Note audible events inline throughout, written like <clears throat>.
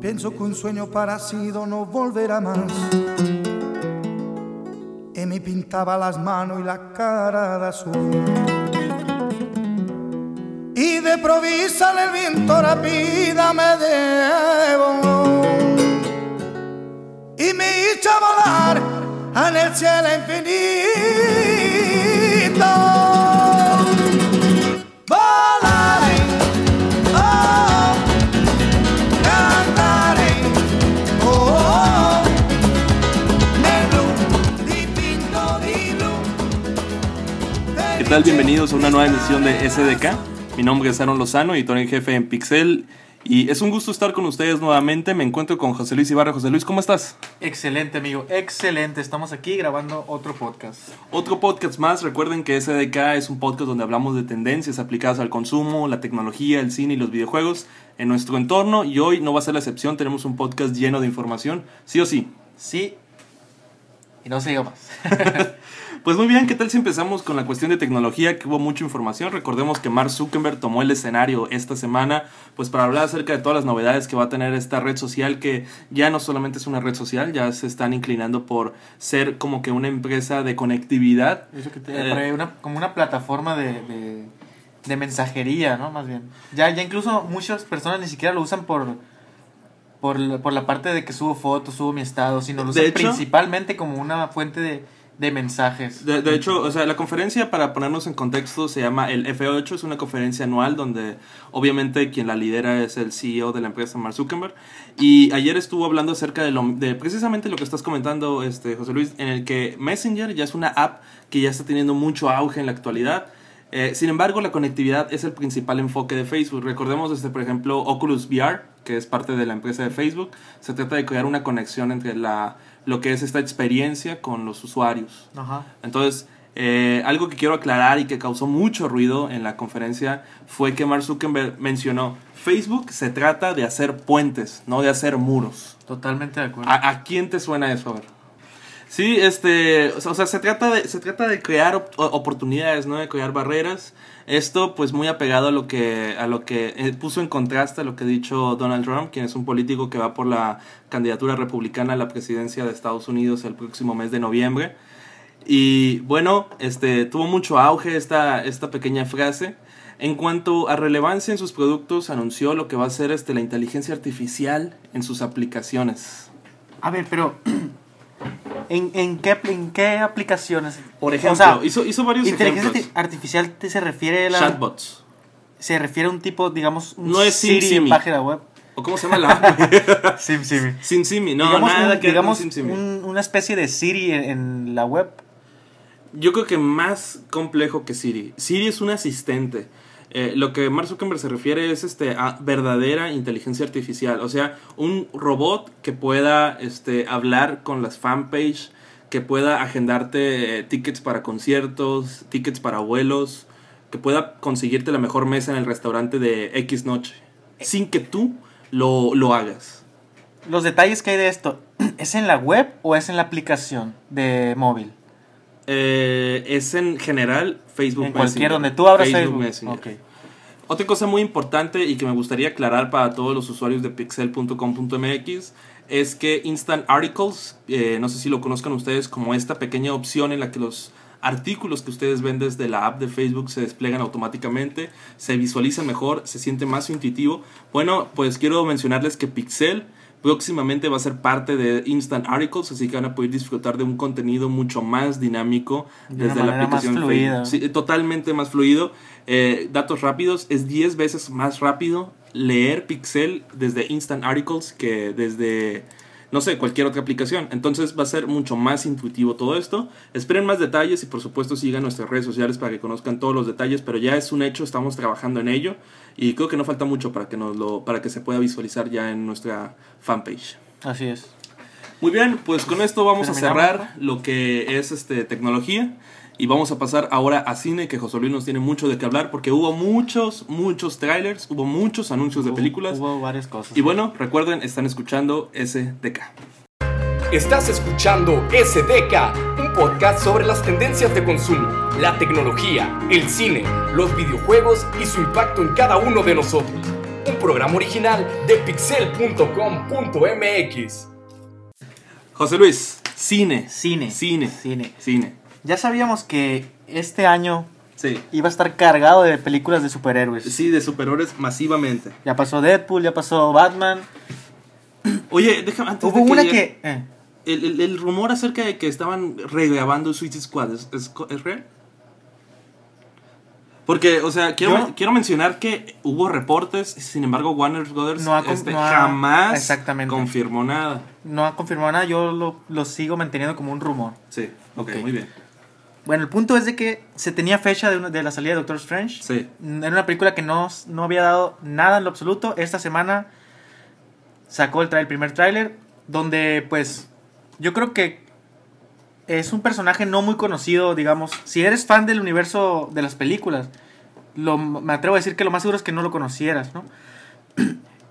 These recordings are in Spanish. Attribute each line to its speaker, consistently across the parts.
Speaker 1: Pienso que un sueño parecido no volverá más. Y me pintaba las manos y la cara de azul. Y de provisa el viento rápida me debo. Y me hizo volar en el cielo infinito. Volaré, oh, cantaré, oh, oh, de blue, divino, divino.
Speaker 2: ¿Qué tal? Bienvenidos a una nueva emisión de SDK. Mi nombre es Aaron Lozano, editor en jefe en Pixel. Y es un gusto estar con ustedes nuevamente. Me encuentro con José Luis Ibarra. José Luis, ¿cómo estás?
Speaker 3: Excelente, amigo. Excelente. Estamos aquí grabando otro podcast.
Speaker 2: Otro podcast más. Recuerden que SDK es un podcast donde hablamos de tendencias aplicadas al consumo, la tecnología, el cine y los videojuegos en nuestro entorno. Y hoy no va a ser la excepción. Tenemos un podcast lleno de información, sí o sí.
Speaker 3: Sí. Y no se diga más.
Speaker 2: Pues muy bien, ¿qué tal si empezamos con la cuestión de tecnología? Que hubo mucha información. Recordemos que Mark Zuckerberg tomó el escenario esta semana, pues para hablar acerca de todas las novedades que va a tener esta red social, que ya no solamente es una red social, ya se están inclinando por ser como que una empresa de conectividad.
Speaker 3: Eso que te
Speaker 2: Eh.
Speaker 3: trae una, como una plataforma de, de, de mensajería, ¿no? Más bien. Ya, ya incluso muchas personas ni siquiera lo usan por, por, la- por la parte de que subo fotos, subo mi estado, sino lo
Speaker 2: De
Speaker 3: usan
Speaker 2: hecho-
Speaker 3: principalmente como una fuente de, de mensajes.
Speaker 2: De, de hecho, o sea, la conferencia, para ponernos en contexto, se llama el F8, es una conferencia anual donde obviamente quien la lidera es el CEO de la empresa Mark Zuckerberg. Y ayer estuvo hablando acerca de, lo- de precisamente lo que estás comentando, este, José Luis, en el que Messenger ya es una app que ya está teniendo mucho auge en la actualidad. Eh, sin embargo, la conectividad es el principal enfoque de Facebook. Recordemos, este, por ejemplo, Oculus VR, que es parte de la empresa de Facebook, se trata de crear una conexión entre la, lo que es esta experiencia con los usuarios.
Speaker 3: Ajá.
Speaker 2: Entonces, eh, algo que quiero aclarar y que causó mucho ruido en la conferencia fue que Mark Zuckerberg mencionó, Facebook se trata de hacer puentes, no de hacer muros.
Speaker 3: Totalmente de acuerdo.
Speaker 2: ¿A, a quién te suena eso? A ver. Sí, este, o sea, o sea, se trata de, se trata de crear op- o- oportunidades, ¿no? De crear barreras. Esto, pues, muy apegado a lo que, a lo que eh, puso en contraste a lo que ha dicho Donald Trump, quien es un político que va por la candidatura republicana a la presidencia de Estados Unidos el próximo mes de noviembre. Y bueno, este, tuvo mucho auge esta, esta pequeña frase. En cuanto a relevancia en sus productos, anunció lo que va a ser este, la inteligencia artificial en sus aplicaciones.
Speaker 3: A ver, pero. <clears throat> ¿En, en, qué, apl- ¿En qué aplicaciones?
Speaker 2: Por ejemplo,
Speaker 3: o sea,
Speaker 2: hizo, hizo varios
Speaker 3: inteligencia
Speaker 2: ejemplos.
Speaker 3: arti- artificial te- se refiere a la.
Speaker 2: Chatbots.
Speaker 3: Se refiere a un tipo, digamos, un
Speaker 2: No es
Speaker 3: Siri en
Speaker 2: SimSimi.
Speaker 3: página web.
Speaker 2: ¿O cómo se llama la <laughs>
Speaker 3: Sim Simi.
Speaker 2: SimSimi. No,
Speaker 3: digamos,
Speaker 2: nada que
Speaker 3: un-
Speaker 2: ver con
Speaker 3: digamos
Speaker 2: SimSimi.
Speaker 3: un- una especie de Siri en, en la web.
Speaker 2: Yo creo que más complejo que Siri. Siri es un asistente. Eh, lo que Mark Zuckerberg se refiere es este, a verdadera inteligencia artificial. O sea, un robot que pueda este, hablar con las fanpage, que pueda agendarte eh, tickets para conciertos, tickets para vuelos, que pueda conseguirte la mejor mesa en el restaurante de X noche, sin que tú lo, lo hagas.
Speaker 3: Los detalles que hay de esto, <clears throat> ¿es en la web o es en la aplicación de móvil?
Speaker 2: Eh, es en general Facebook
Speaker 3: en cualquier,
Speaker 2: Messenger.
Speaker 3: donde tú abras
Speaker 2: Facebook
Speaker 3: Facebook.
Speaker 2: Messenger.
Speaker 3: Ok.
Speaker 2: Otra cosa muy importante y que me gustaría aclarar para todos los usuarios de pixel.com.mx es que Instant Articles, eh, no sé si lo conozcan ustedes como esta pequeña opción en la que los artículos que ustedes ven desde la app de Facebook se desplegan automáticamente, se visualiza mejor, se siente más intuitivo. Bueno, pues quiero mencionarles que Pixel próximamente va a ser parte de Instant Articles, así que van a poder disfrutar de un contenido mucho más dinámico
Speaker 3: De una
Speaker 2: desde la
Speaker 3: manera más
Speaker 2: aplicación
Speaker 3: fluida.
Speaker 2: Facebook. Sí, totalmente más fluido. Eh, datos rápidos, es 10 veces más rápido leer Pixel desde Instant Articles que desde, no sé, cualquier otra aplicación. Entonces va a ser mucho más intuitivo todo esto. Esperen más detalles y por supuesto sigan nuestras redes sociales para que conozcan todos los detalles, pero ya es un hecho, estamos trabajando en ello y creo que no falta mucho para que, nos lo, para que se pueda visualizar ya en nuestra fanpage.
Speaker 3: Así es.
Speaker 2: Muy bien, pues con esto vamos a
Speaker 3: Terminamos,
Speaker 2: cerrar lo que es este tecnología y vamos a pasar ahora a cine, que José Luis nos tiene mucho de qué hablar porque hubo muchos, muchos trailers, hubo muchos anuncios de
Speaker 3: Hubo-
Speaker 2: películas.
Speaker 3: Hubo, varias cosas.
Speaker 2: Y bueno, recuerden, están escuchando SDK.
Speaker 4: Estás escuchando SDK, un podcast sobre las tendencias de consumo, la tecnología, el cine, los videojuegos y su impacto en cada uno de nosotros. un programa original de pixel.com.mx.
Speaker 2: José Luis, cine.
Speaker 3: Cine.
Speaker 2: Cine.
Speaker 3: Cine.
Speaker 2: Cine.
Speaker 3: Ya sabíamos que este año
Speaker 2: Sí.
Speaker 3: iba a estar cargado de películas de superhéroes.
Speaker 2: Sí, de superhéroes masivamente.
Speaker 3: Ya pasó Deadpool, ya pasó Batman.
Speaker 2: Oye, déjame antes
Speaker 3: Hubo
Speaker 2: de que
Speaker 3: una
Speaker 2: llegue-
Speaker 3: que... eh,
Speaker 2: El, el- el rumor acerca de que estaban regrabando Suicide Squad, ¿es, es co- es real? Porque, o sea, quiero,
Speaker 3: Yo-
Speaker 2: men- quiero mencionar que hubo reportes, sin embargo, Warner Brothers
Speaker 3: No ha con-
Speaker 2: este,
Speaker 3: no ha-
Speaker 2: jamás
Speaker 3: exactamente.
Speaker 2: confirmó nada.
Speaker 3: no ha confirmado nada, yo lo, lo sigo manteniendo como un rumor.
Speaker 2: Sí, ok,
Speaker 3: Ok.
Speaker 2: muy bien.
Speaker 3: Bueno, el punto es de que se tenía fecha de, una- de la salida de Doctor Strange.
Speaker 2: Sí.
Speaker 3: Era una película que no, no había dado nada en lo absoluto. Esta semana sacó el, tra- el primer tráiler, donde pues yo creo que es un personaje no muy conocido, digamos. Si eres fan del universo de las películas, lo, me atrevo a decir que lo más seguro es que no lo conocieras, ¿no?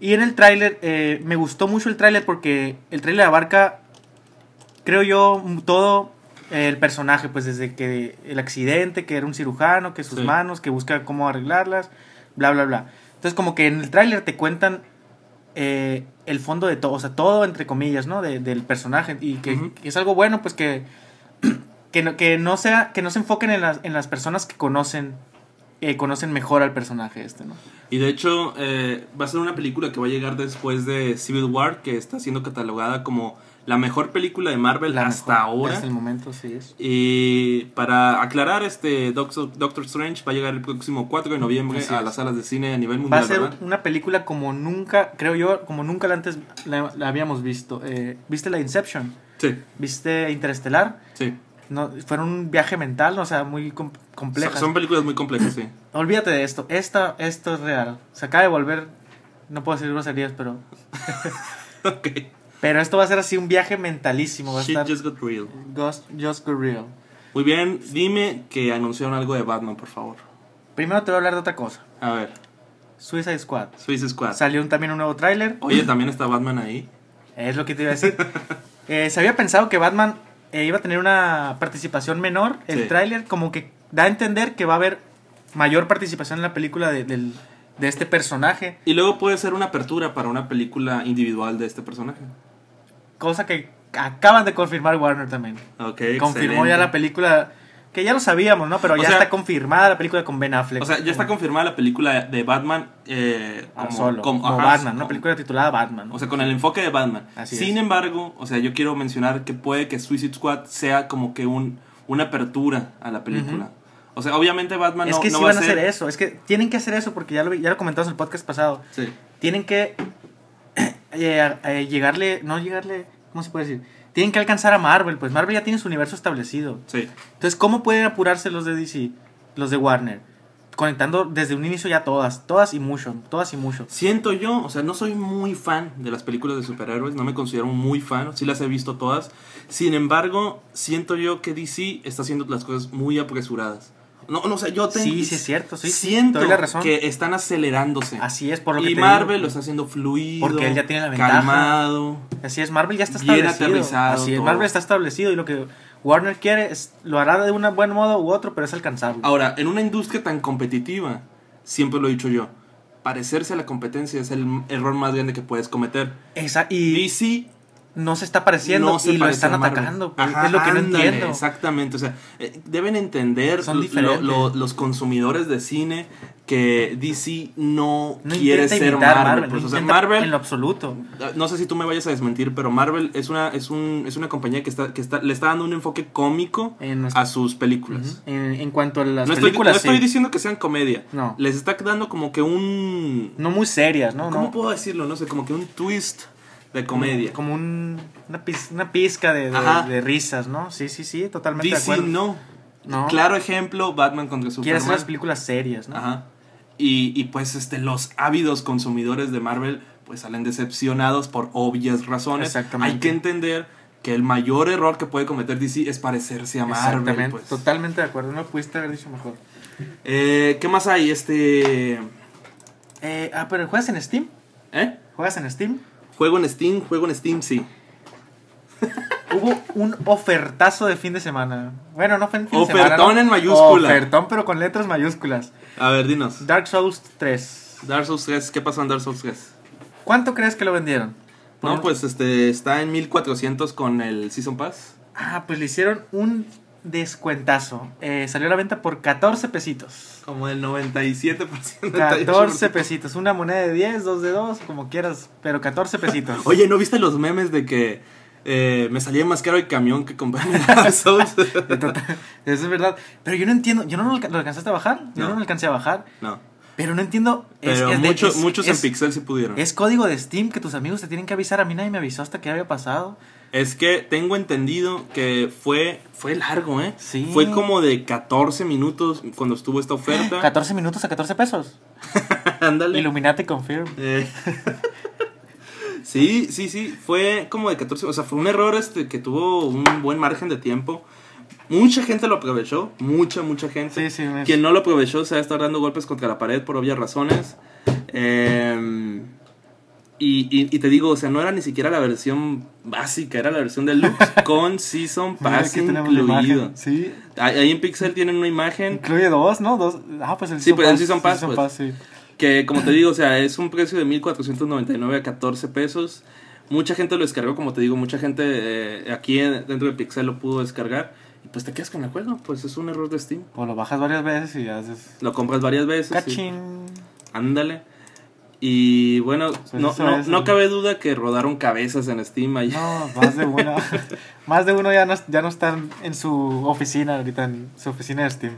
Speaker 3: Y en el tráiler, eh, me gustó mucho el tráiler porque el tráiler abarca, creo yo, m- todo eh, el personaje, pues desde que el accidente, que era un cirujano, que sus
Speaker 2: Sí.
Speaker 3: manos, que busca cómo arreglarlas, bla, bla, bla. Entonces como que en el tráiler te cuentan eh, el fondo de todo, o sea, todo entre comillas, ¿no? De- del personaje y que,
Speaker 2: Ujú.
Speaker 3: que es algo bueno, pues que <clears throat> que no, que no sea que no se enfoquen en las, en las personas que conocen eh, conocen mejor al personaje este, ¿no?
Speaker 2: Y de hecho, eh, va a ser una película que va a llegar después de Civil War, que está siendo catalogada como la mejor película de Marvel
Speaker 3: La
Speaker 2: hasta
Speaker 3: mejor.
Speaker 2: ahora.
Speaker 3: Hasta el momento sí es.
Speaker 2: Y para aclarar, este Doctor, Doctor Strange va a llegar el próximo 4 de noviembre
Speaker 3: Así
Speaker 2: a
Speaker 3: es.
Speaker 2: las salas de cine a nivel
Speaker 3: Va
Speaker 2: mundial.
Speaker 3: a ser
Speaker 2: ¿verdad?
Speaker 3: una película como nunca, creo yo, como nunca la antes la, la habíamos visto. Eh, ¿Viste la Inception?
Speaker 2: Sí,
Speaker 3: ¿Viste Interestelar?
Speaker 2: sí.
Speaker 3: No, fueron un viaje mental, o sea, muy com- complejas.
Speaker 2: Son, son películas muy complejas,
Speaker 3: <laughs>
Speaker 2: sí.
Speaker 3: Olvídate de esto. Esta, esto es real. Se acaba de volver. No puedo decir groserías, pero.
Speaker 2: ok.
Speaker 3: Pero esto va a ser así un viaje mentalísimo. Va a
Speaker 2: Shit
Speaker 3: estar.
Speaker 2: just got real.
Speaker 3: Ghost Just Go Real.
Speaker 2: Muy bien, dime que anunciaron algo de Batman, por favor.
Speaker 3: Primero te voy a hablar de otra cosa.
Speaker 2: A ver,
Speaker 3: Suicide Squad.
Speaker 2: Suicide Squad.
Speaker 3: Salió un- también un nuevo tráiler.
Speaker 2: Oye, también está Batman ahí.
Speaker 3: Es lo que te iba a
Speaker 2: <laughs>
Speaker 3: decir. Eh, se había pensado que Batman eh, iba a tener una participación menor. El
Speaker 2: Sí.
Speaker 3: tráiler como que da a entender que va a haber mayor participación en la película de, del- de este personaje.
Speaker 2: Y luego puede ser una apertura para una película individual de este personaje.
Speaker 3: Cosa que acaban de confirmar Warner también.
Speaker 2: Ok,
Speaker 3: Confirmó
Speaker 2: excelente.
Speaker 3: ya la película. Que ya lo sabíamos, ¿no? Pero
Speaker 2: O
Speaker 3: ya
Speaker 2: sea-
Speaker 3: está confirmada la película con Ben Affleck.
Speaker 2: O sea, ya está confirmada la película de Batman eh,
Speaker 3: Ah,
Speaker 2: como,
Speaker 3: solo.
Speaker 2: como-
Speaker 3: Como,
Speaker 2: ajá,
Speaker 3: Batman, una
Speaker 2: como-
Speaker 3: película titulada Batman.
Speaker 2: O sea, con el enfoque de Batman.
Speaker 3: Así
Speaker 2: Sin
Speaker 3: es.
Speaker 2: embargo, o sea, yo quiero mencionar que puede que Suicide Squad sea como que un, una apertura a la película. O sea, obviamente Batman
Speaker 3: es
Speaker 2: no,
Speaker 3: que
Speaker 2: no
Speaker 3: sí
Speaker 2: va
Speaker 3: van a
Speaker 2: a
Speaker 3: hacer
Speaker 2: ser...
Speaker 3: eso. Es que tienen que hacer eso porque ya lo, vi- ya lo comentamos en el podcast pasado.
Speaker 2: Sí.
Speaker 3: Tienen que eh, eh, llegarle, no llegarle, ¿cómo se puede decir? Tienen que alcanzar a Marvel, pues Marvel ya tiene su universo establecido.
Speaker 2: Sí.
Speaker 3: Entonces, ¿cómo pueden apurarse los de DC, los de Warner? Conectando desde un inicio ya todas, todas y mucho, todas y mucho.
Speaker 2: Siento yo, o sea, no soy muy fan de las películas de superhéroes, no me considero muy fan, sí las he visto todas. Sin embargo, siento yo que DC está haciendo las cosas muy apresuradas. No, no, o sea, yo tengo...
Speaker 3: Sí, sí es cierto, sí, sí,
Speaker 2: siento
Speaker 3: te doy la razón.
Speaker 2: que están acelerándose.
Speaker 3: Así es, por lo que
Speaker 2: y
Speaker 3: te
Speaker 2: Marvel
Speaker 3: digo.
Speaker 2: lo está haciendo fluido.
Speaker 3: Porque él ya tiene la ventaja.
Speaker 2: Calmado.
Speaker 3: Así es, Marvel ya está
Speaker 2: Bien
Speaker 3: establecido.
Speaker 2: aterrizado
Speaker 3: Así es,
Speaker 2: todo.
Speaker 3: Marvel está establecido y lo que Warner quiere es- lo hará de un buen modo u otro, pero es alcanzable.
Speaker 2: Ahora, en una industria tan competitiva, siempre lo he dicho yo, parecerse a la competencia es el error más grande que puedes cometer.
Speaker 3: Esa, y
Speaker 2: DC
Speaker 3: no se está pareciendo
Speaker 2: no se
Speaker 3: y lo
Speaker 2: parece
Speaker 3: están
Speaker 2: a Marvel.
Speaker 3: atacando.
Speaker 2: Ajá,
Speaker 3: es lo que no
Speaker 2: ándale,
Speaker 3: entiendo.
Speaker 2: Exactamente, o sea, eh, deben entender
Speaker 3: Son
Speaker 2: lo-
Speaker 3: diferentes.
Speaker 2: lo- los consumidores de cine que DC no,
Speaker 3: No
Speaker 2: quiere
Speaker 3: intenta
Speaker 2: ser
Speaker 3: imitar
Speaker 2: Marvel.
Speaker 3: a Marvel,
Speaker 2: pues,
Speaker 3: no
Speaker 2: o sea,
Speaker 3: intenta
Speaker 2: Marvel
Speaker 3: en lo absoluto.
Speaker 2: no sé si tú me vayas a desmentir, pero Marvel es una, es un, es una compañía que, está, que está, le está dando un enfoque cómico
Speaker 3: En nuestra-
Speaker 2: a sus películas.
Speaker 3: En, en cuanto a las
Speaker 2: No, estoy,
Speaker 3: películas,
Speaker 2: no estoy
Speaker 3: sí.
Speaker 2: diciendo que sean comedia.
Speaker 3: No.
Speaker 2: Les está dando como que un...
Speaker 3: No muy serias, ¿no?
Speaker 2: ¿Cómo
Speaker 3: no.
Speaker 2: puedo decirlo? No sé, como que un twist de comedia.
Speaker 3: Como un- una, piz- una pizca de, de-
Speaker 2: Ajá.
Speaker 3: de risas, ¿no? Sí, sí, sí, totalmente de
Speaker 2: DC
Speaker 3: acuerdo.
Speaker 2: no.
Speaker 3: No.
Speaker 2: Claro ejemplo, Batman contra
Speaker 3: Quiere
Speaker 2: Superman.
Speaker 3: hacer las películas serias, ¿no?
Speaker 2: Ajá. Y, y pues este, los ávidos consumidores de Marvel pues salen decepcionados por obvias razones.
Speaker 3: Exactamente.
Speaker 2: Hay que entender que el mayor error que puede cometer DC es parecerse a Marvel.
Speaker 3: Exactamente,
Speaker 2: pues.
Speaker 3: totalmente de acuerdo. No lo pudiste haber dicho mejor.
Speaker 2: Eh, ¿Qué más hay? Este...
Speaker 3: Eh, ah, pero ¿juegas en Steam?
Speaker 2: ¿Eh?
Speaker 3: ¿Juegas en Steam?
Speaker 2: Juego en Steam, juego en Steam, sí.
Speaker 3: Hubo un ofertazo de fin de semana. Bueno, no fue en fin de
Speaker 2: Ofertón
Speaker 3: semana. ¿no?
Speaker 2: en mayúscula.
Speaker 3: Ofertón, pero con letras mayúsculas.
Speaker 2: A ver, dinos.
Speaker 3: Dark Souls 3.
Speaker 2: Dark Souls 3, ¿qué pasó en Dark Souls 3?
Speaker 3: ¿Cuánto crees que lo vendieron?
Speaker 2: No, pues este está en 1400 con el Season Pass.
Speaker 3: Ah, pues le hicieron un descuentazo. Eh, salió a la venta por 14 pesitos.
Speaker 2: <laughs> Como el 97%.
Speaker 3: 14 pesitos. Una moneda de 10, dos de dos, como quieras, pero 14 pesitos.
Speaker 2: <laughs> Oye, ¿no viste los memes de que eh, me salía más caro el camión que comprar en Dark
Speaker 3: <laughs>
Speaker 2: Souls?
Speaker 3: De total- Eso es verdad. Pero yo no entiendo. ¿Yo no lo, alca- lo alcanzaste a bajar? Yo no,
Speaker 2: No.
Speaker 3: lo alcancé a bajar.
Speaker 2: no.
Speaker 3: Pero no entiendo. es-
Speaker 2: Pero
Speaker 3: es de-
Speaker 2: muchos,
Speaker 3: es-
Speaker 2: muchos en
Speaker 3: es-
Speaker 2: Pixel sí pudieron.
Speaker 3: Es código de Steam que tus amigos te tienen que avisar. A mí nadie me avisó hasta que había pasado.
Speaker 2: Es que tengo entendido que fue fue largo, ¿eh?
Speaker 3: Sí.
Speaker 2: Fue como de 14 minutos cuando estuvo esta oferta.
Speaker 3: 14 minutos a 14 pesos.
Speaker 2: <laughs> Ándale.
Speaker 3: Illuminati confirm.
Speaker 2: Eh, <laughs> sí, sí, sí. Fue como de 14. O sea, fue un error este que tuvo un buen margen de tiempo. Mucha gente lo aprovechó. Mucha, mucha gente.
Speaker 3: Sí, sí, me-
Speaker 2: Quien no lo aprovechó se va a estar dando golpes contra la pared por obvias razones. Eh, y, y- y te digo, o sea, no era ni siquiera la versión básica, era la versión
Speaker 3: <laughs>
Speaker 2: deluxe con Season
Speaker 3: Mira,
Speaker 2: Pass
Speaker 3: aquí tenemos la imagen.
Speaker 2: incluido.
Speaker 3: Sí.
Speaker 2: Ahí ahí en Pixel tienen una imagen
Speaker 3: Incluye dos, ¿no? Dos. Ah, pues el
Speaker 2: Sí, pues el
Speaker 3: Season
Speaker 2: Season Pass, pues.
Speaker 3: sí.
Speaker 2: Que como te digo, o sea, es un precio de 1499 a 14 pesos. Mucha gente lo descargó, como te digo, mucha gente eh, aquí en- dentro de Pixel lo pudo descargar. Y pues te quedas con el juego, pues es un error de Steam.
Speaker 3: O lo bajas varias veces y haces.
Speaker 2: Lo compras varias veces. sí.
Speaker 3: Cachín.
Speaker 2: Ándale. Y bueno, no,
Speaker 3: eso
Speaker 2: no,
Speaker 3: es,
Speaker 2: no
Speaker 3: Pues, ¿no?
Speaker 2: cabe duda que rodaron cabezas en Steam allá.
Speaker 3: No, más de
Speaker 2: <laughs>
Speaker 3: uno. más de uno ya no, ya no están en su oficina ahorita, en su oficina de Steam.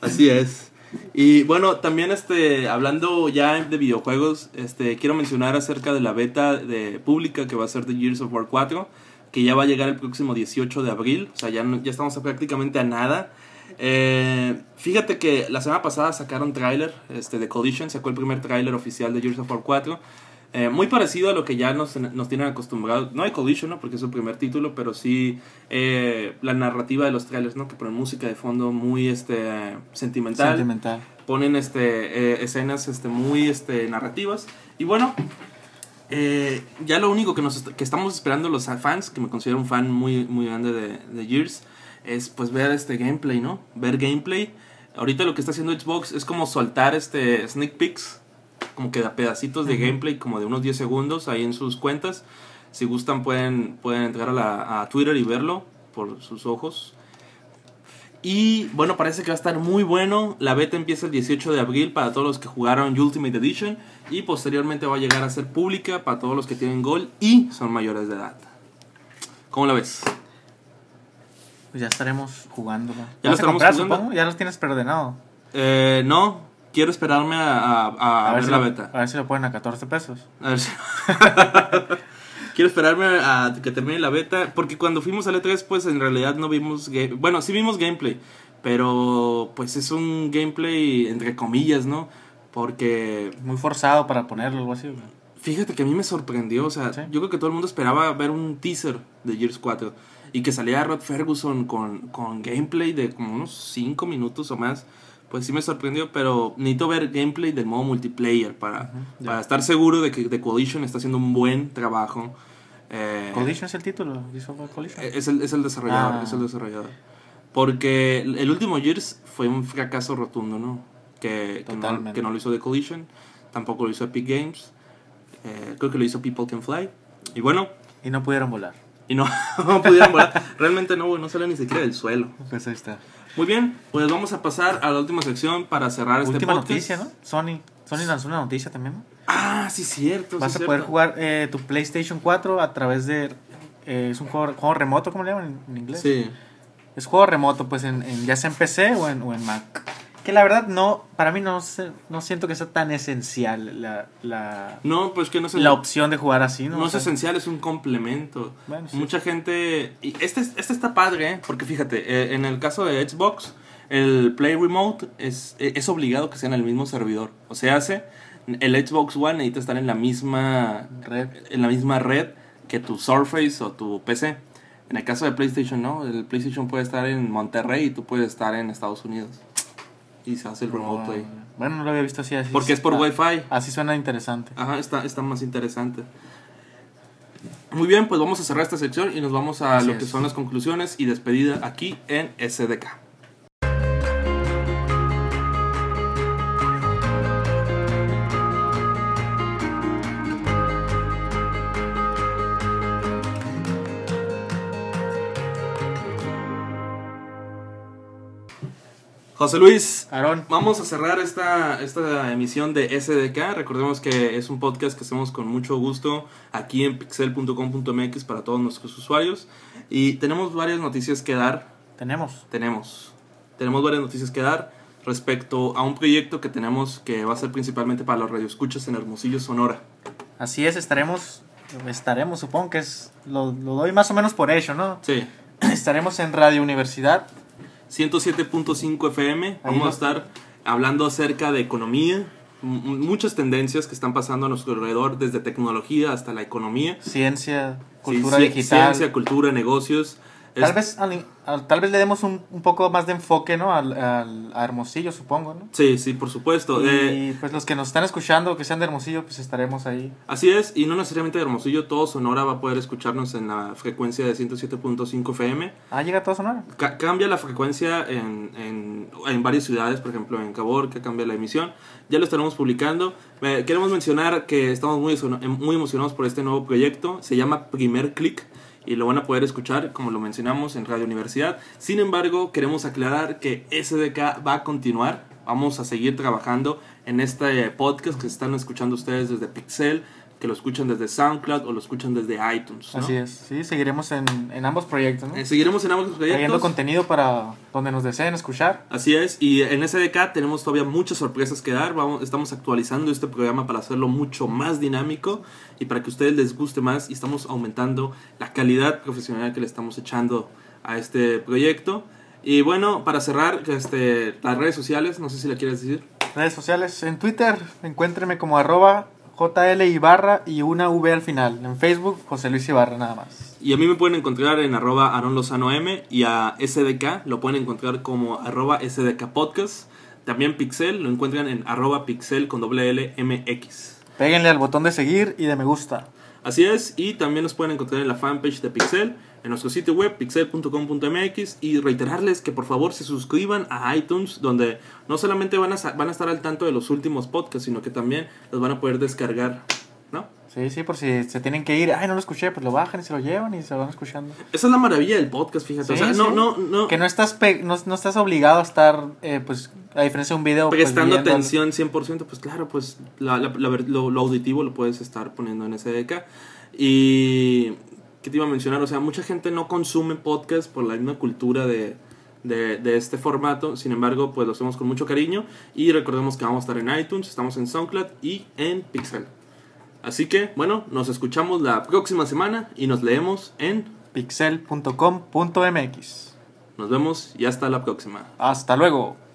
Speaker 2: Así es. Y bueno, también este, hablando ya de videojuegos, este, quiero mencionar acerca de la beta de pública que va a ser de Gears of War 4, que ya va a llegar el próximo 18 de abril, o sea, ya, no- ya estamos prácticamente a nada. Eh, fíjate que la semana pasada sacaron tráiler este, de Collision, sacó el primer tráiler oficial de Gears of War 4, eh, muy parecido a lo que ya nos, nos tienen acostumbrados, no hay Collision, ¿no? porque es su primer título, pero sí eh, la narrativa de los trailers, ¿no? que ponen música de fondo muy este, sentimental,
Speaker 3: Sentimental.
Speaker 2: ponen este, eh, escenas este, muy este, narrativas. Y bueno, eh, ya lo único que, nos est- que estamos esperando los fans, que me considero un fan muy, muy grande de, de Gears, es pues ver este gameplay, ¿no? Ver gameplay. Ahorita lo que está haciendo Xbox es como soltar este sneak peeks, como que da pedacitos de gameplay, como de unos 10 segundos ahí en sus cuentas. Si gustan pueden, pueden entrar a, la- a Twitter y verlo por sus ojos. Y bueno, parece que va a estar muy bueno. La beta empieza el 18 de abril para todos los que jugaron Ultimate Edition. Y posteriormente va a llegar a ser pública para todos los que tienen Gold y son mayores de edad. ¿Cómo la ves?
Speaker 3: Pues ya estaremos jugándolo.
Speaker 2: Ya lo
Speaker 3: ¿Vas a
Speaker 2: estaremos
Speaker 3: comprar,
Speaker 2: jugando.
Speaker 3: supongo? Ya los tienes preordenado.
Speaker 2: Eh, no, quiero esperarme a, a- a ver,
Speaker 3: si
Speaker 2: la
Speaker 3: lo,
Speaker 2: beta.
Speaker 3: a ver si lo ponen a 14 pesos.
Speaker 2: A ver si- <laughs> Quiero esperarme a que termine la beta. Porque cuando fuimos al E3, pues en realidad no vimos. ga- Bueno, sí vimos gameplay. Pero pues es un gameplay entre comillas, ¿no? Porque
Speaker 3: Muy forzado para ponerlo o algo así. güey.
Speaker 2: Fíjate que a mí me sorprendió, o sea,
Speaker 3: Sí.
Speaker 2: yo creo que todo el mundo esperaba ver un teaser de Gears 4 y que saliera Rod Ferguson con, con gameplay de como unos 5 minutos o más, pues sí me sorprendió, pero necesito ver gameplay del modo multiplayer para,
Speaker 3: ya.
Speaker 2: para estar seguro de que The Coalition está haciendo un buen trabajo. Eh,
Speaker 3: Collision es el título. Gears of War Collision.
Speaker 2: E, es el, es el desarrollador,
Speaker 3: Ah.
Speaker 2: es el desarrollador. Porque el el último Gears fue un fracaso rotundo, ¿no? Que, que, no,
Speaker 3: Totalmente.
Speaker 2: que no lo hizo The Collision, tampoco lo hizo Epic Games, eh, creo que lo hizo People Can Fly. Y bueno,
Speaker 3: Y no pudieron volar.
Speaker 2: y no, <laughs> no pudieron volar. Realmente no, güey, no sale ni siquiera del suelo.
Speaker 3: Pues ahí está.
Speaker 2: Muy bien, pues vamos a pasar a la última sección para cerrar este
Speaker 3: Última
Speaker 2: podcast.
Speaker 3: noticia, ¿no? Sony. Sony lanzó una noticia también, ¿no?
Speaker 2: Ah, sí, cierto.
Speaker 3: Vas
Speaker 2: sí,
Speaker 3: a poder
Speaker 2: cierto.
Speaker 3: jugar eh, tu PlayStation 4 a través de... eh, es un juego, juego remoto, ¿cómo le llaman en, en inglés?
Speaker 2: Sí.
Speaker 3: Es juego remoto, pues en, en- ya sea en PC o en, o en Mac. Que la verdad no, para mí no, sé- no siento que sea tan esencial la, la,
Speaker 2: No, pues que no se
Speaker 3: la opción de jugar así, ¿no?
Speaker 2: No,
Speaker 3: O
Speaker 2: es
Speaker 3: sea,
Speaker 2: esencial, es un complemento.
Speaker 3: Bueno, sí.
Speaker 2: Mucha gente. Y este, es- este está padre, ¿eh? porque fíjate, eh, en el caso de Xbox, el Play Remote es, eh, es obligado que sea en el mismo servidor. O sea, hace. El Xbox One necesita estar en la misma
Speaker 3: red.
Speaker 2: en la misma red que tu Surface o tu PC. En el caso de PlayStation, no. El PlayStation puede estar en Monterrey y tú puedes estar en Estados Unidos. Y se hace el Remote Play.
Speaker 3: Bueno, no lo había visto así. así
Speaker 2: Porque es por
Speaker 3: está-
Speaker 2: Wi-Fi.
Speaker 3: Así suena interesante.
Speaker 2: Ajá, está, está más interesante. Muy bien, pues vamos a cerrar esta sección y nos vamos a
Speaker 3: Así
Speaker 2: lo que
Speaker 3: es.
Speaker 2: son las conclusiones y despedida aquí en SDK. José Luis,
Speaker 3: Aarón.
Speaker 2: vamos a cerrar esta, esta emisión de SDK. Recordemos que es un podcast que hacemos con mucho gusto aquí en pixel.com.mx para todos nuestros usuarios. Y tenemos varias noticias que dar.
Speaker 3: Tenemos.
Speaker 2: Tenemos. Tenemos varias noticias que dar respecto a un proyecto que tenemos que va a ser principalmente para los radioescuchas en Hermosillo, Sonora.
Speaker 3: Así es, estaremos. Estaremos, supongo que es. Lo, lo doy más o menos por hecho, ¿no? <clears throat>
Speaker 2: Sí.
Speaker 3: Estaremos en Radio Universidad.
Speaker 2: 107.5 FM. Vamos
Speaker 3: va.
Speaker 2: a estar hablando acerca de economía, m- m- muchas tendencias que están pasando a nuestro alrededor, desde tecnología hasta la economía.
Speaker 3: Ciencia,
Speaker 2: Sí,
Speaker 3: cultura
Speaker 2: ci-
Speaker 3: digital.
Speaker 2: Ciencia, cultura, negocios. Es-
Speaker 3: Tal vez, al- al- tal vez le demos un, un poco más de enfoque, ¿no? Al, al- a Hermosillo, supongo, ¿no?
Speaker 2: Sí, sí, por supuesto. Eh,
Speaker 3: Y pues los que nos están escuchando, que sean de Hermosillo, pues estaremos ahí.
Speaker 2: así es, y no necesariamente de Hermosillo, todo Sonora va a poder escucharnos en la frecuencia de 107.5 FM.
Speaker 3: Ah, llega todo Sonora.
Speaker 2: Ca- cambia la frecuencia en, en, en varias ciudades, por ejemplo en Caborca, cambia la emisión. Ya lo estaremos publicando. Eh, queremos mencionar que estamos muy, eso- em- muy emocionados por este nuevo proyecto. Se llama Primer Click y lo van a poder escuchar, como lo mencionamos, en Radio Universidad. Sin embargo, queremos aclarar que SDK va a continuar. Vamos a seguir trabajando en este eh, podcast que están escuchando ustedes desde Pixel, que lo escuchan desde SoundCloud o lo escuchan desde iTunes. ¿no?
Speaker 3: Así es. Sí, seguiremos en, en ambos proyectos, ¿no?
Speaker 2: Eh, seguiremos en ambos proyectos.
Speaker 3: Trayendo contenido para donde nos deseen escuchar.
Speaker 2: Así es, y en SDK tenemos todavía muchas sorpresas que dar. Vamos, estamos actualizando este programa para hacerlo mucho más dinámico y para que a ustedes les guste más. Y estamos aumentando la calidad profesional que le estamos echando a este proyecto. Y bueno, para cerrar, este, las redes sociales, no sé si la quieres decir.
Speaker 3: Redes sociales. En Twitter, encuéntrenme como arroba JL Ibarra y una V al final. En Facebook, José Luis Ibarra, nada más.
Speaker 2: Y a mí me pueden encontrar en arroba Aaron Lozano M y a SDK lo pueden encontrar como arroba SDK Podcast. También Pixel lo encuentran en arroba Pixel con doble L MX.
Speaker 3: Péguenle al botón de seguir y de me gusta.
Speaker 2: Así es, y también nos pueden encontrar en la fanpage de Pixel, en nuestro sitio web pixel.com.mx y reiterarles que por favor se suscriban a iTunes, donde no solamente van a, sa- van a estar al tanto de los últimos podcasts, sino que también los van a poder descargar, ¿no?
Speaker 3: Sí, sí, por si se tienen que ir. Ay, no lo escuché, pues lo bajan y se lo llevan y se lo van escuchando.
Speaker 2: Esa es la maravilla del podcast, fíjate. o
Speaker 3: Sí,
Speaker 2: sea, no,
Speaker 3: sí.
Speaker 2: no, no.
Speaker 3: Que no estás, pe- no, no estás obligado a estar, eh, pues, a diferencia de un video. pues,
Speaker 2: prestando
Speaker 3: viendo-
Speaker 2: atención 100%, pues claro, pues la- la- la ver- lo, lo auditivo lo puedes estar poniendo en SDK. Y que te iba a mencionar, o sea, mucha gente no consume podcast por la misma cultura de, de, de este formato, sin embargo, pues lo hacemos con mucho cariño y recordemos que vamos a estar en iTunes, estamos en SoundCloud y en Pixel. Así que, bueno, nos escuchamos la próxima semana y nos leemos en...
Speaker 3: Pixel.com.mx.
Speaker 2: Nos vemos y hasta la próxima.
Speaker 3: Hasta luego.